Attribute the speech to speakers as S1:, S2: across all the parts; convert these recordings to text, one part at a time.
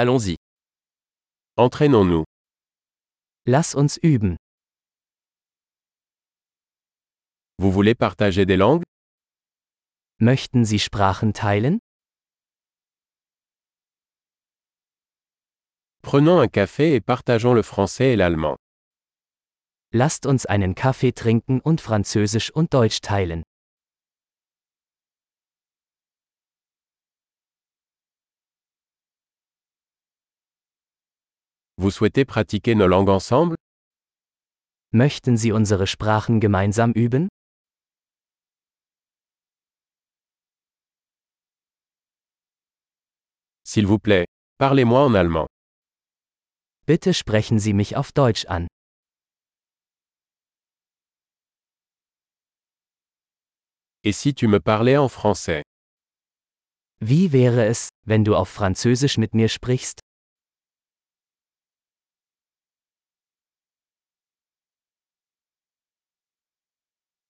S1: Allons-y.
S2: Entraînons-nous.
S3: Lass uns üben.
S2: Vous voulez partager des langues
S3: Möchten Sie Sprachen teilen?
S2: Prenons un café et partageons le français et l'allemand.
S3: Lasst uns einen Kaffee trinken und Französisch und Deutsch teilen.
S2: Vous souhaitez pratiquer nos langues ensemble
S3: Möchten Sie unsere Sprachen gemeinsam üben?
S2: S'il vous plaît, parlez-moi en allemand.
S3: Bitte sprechen Sie mich auf Deutsch an.
S2: Et si tu me parlais en français
S3: Wie wäre es, wenn du auf Französisch mit mir sprichst?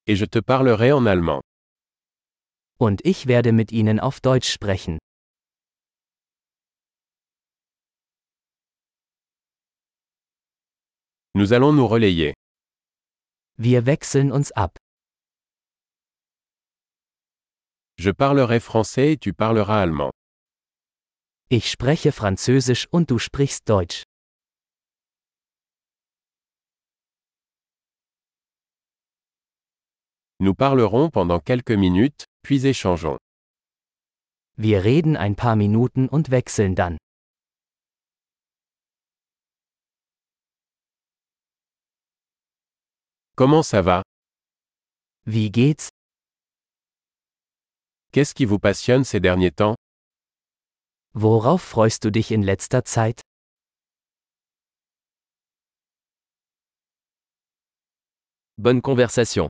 S2: Et je te parlerai en allemand.
S3: Und ich werde mit Ihnen auf Deutsch sprechen.
S2: Nous allons nous relayer.
S3: Wir wechseln uns ab.
S2: Je parlerai français et tu parleras allemand.
S3: Ich spreche Französisch und du sprichst Deutsch.
S2: Nous parlerons pendant quelques minutes, puis échangeons.
S3: Wir reden ein paar Minuten und wechseln dann.
S2: Comment ça va
S3: Wie geht's?
S2: Qu'est-ce qui vous passionne ces derniers temps
S3: Worauf freust du dich in letzter Zeit?
S1: Bonne conversation.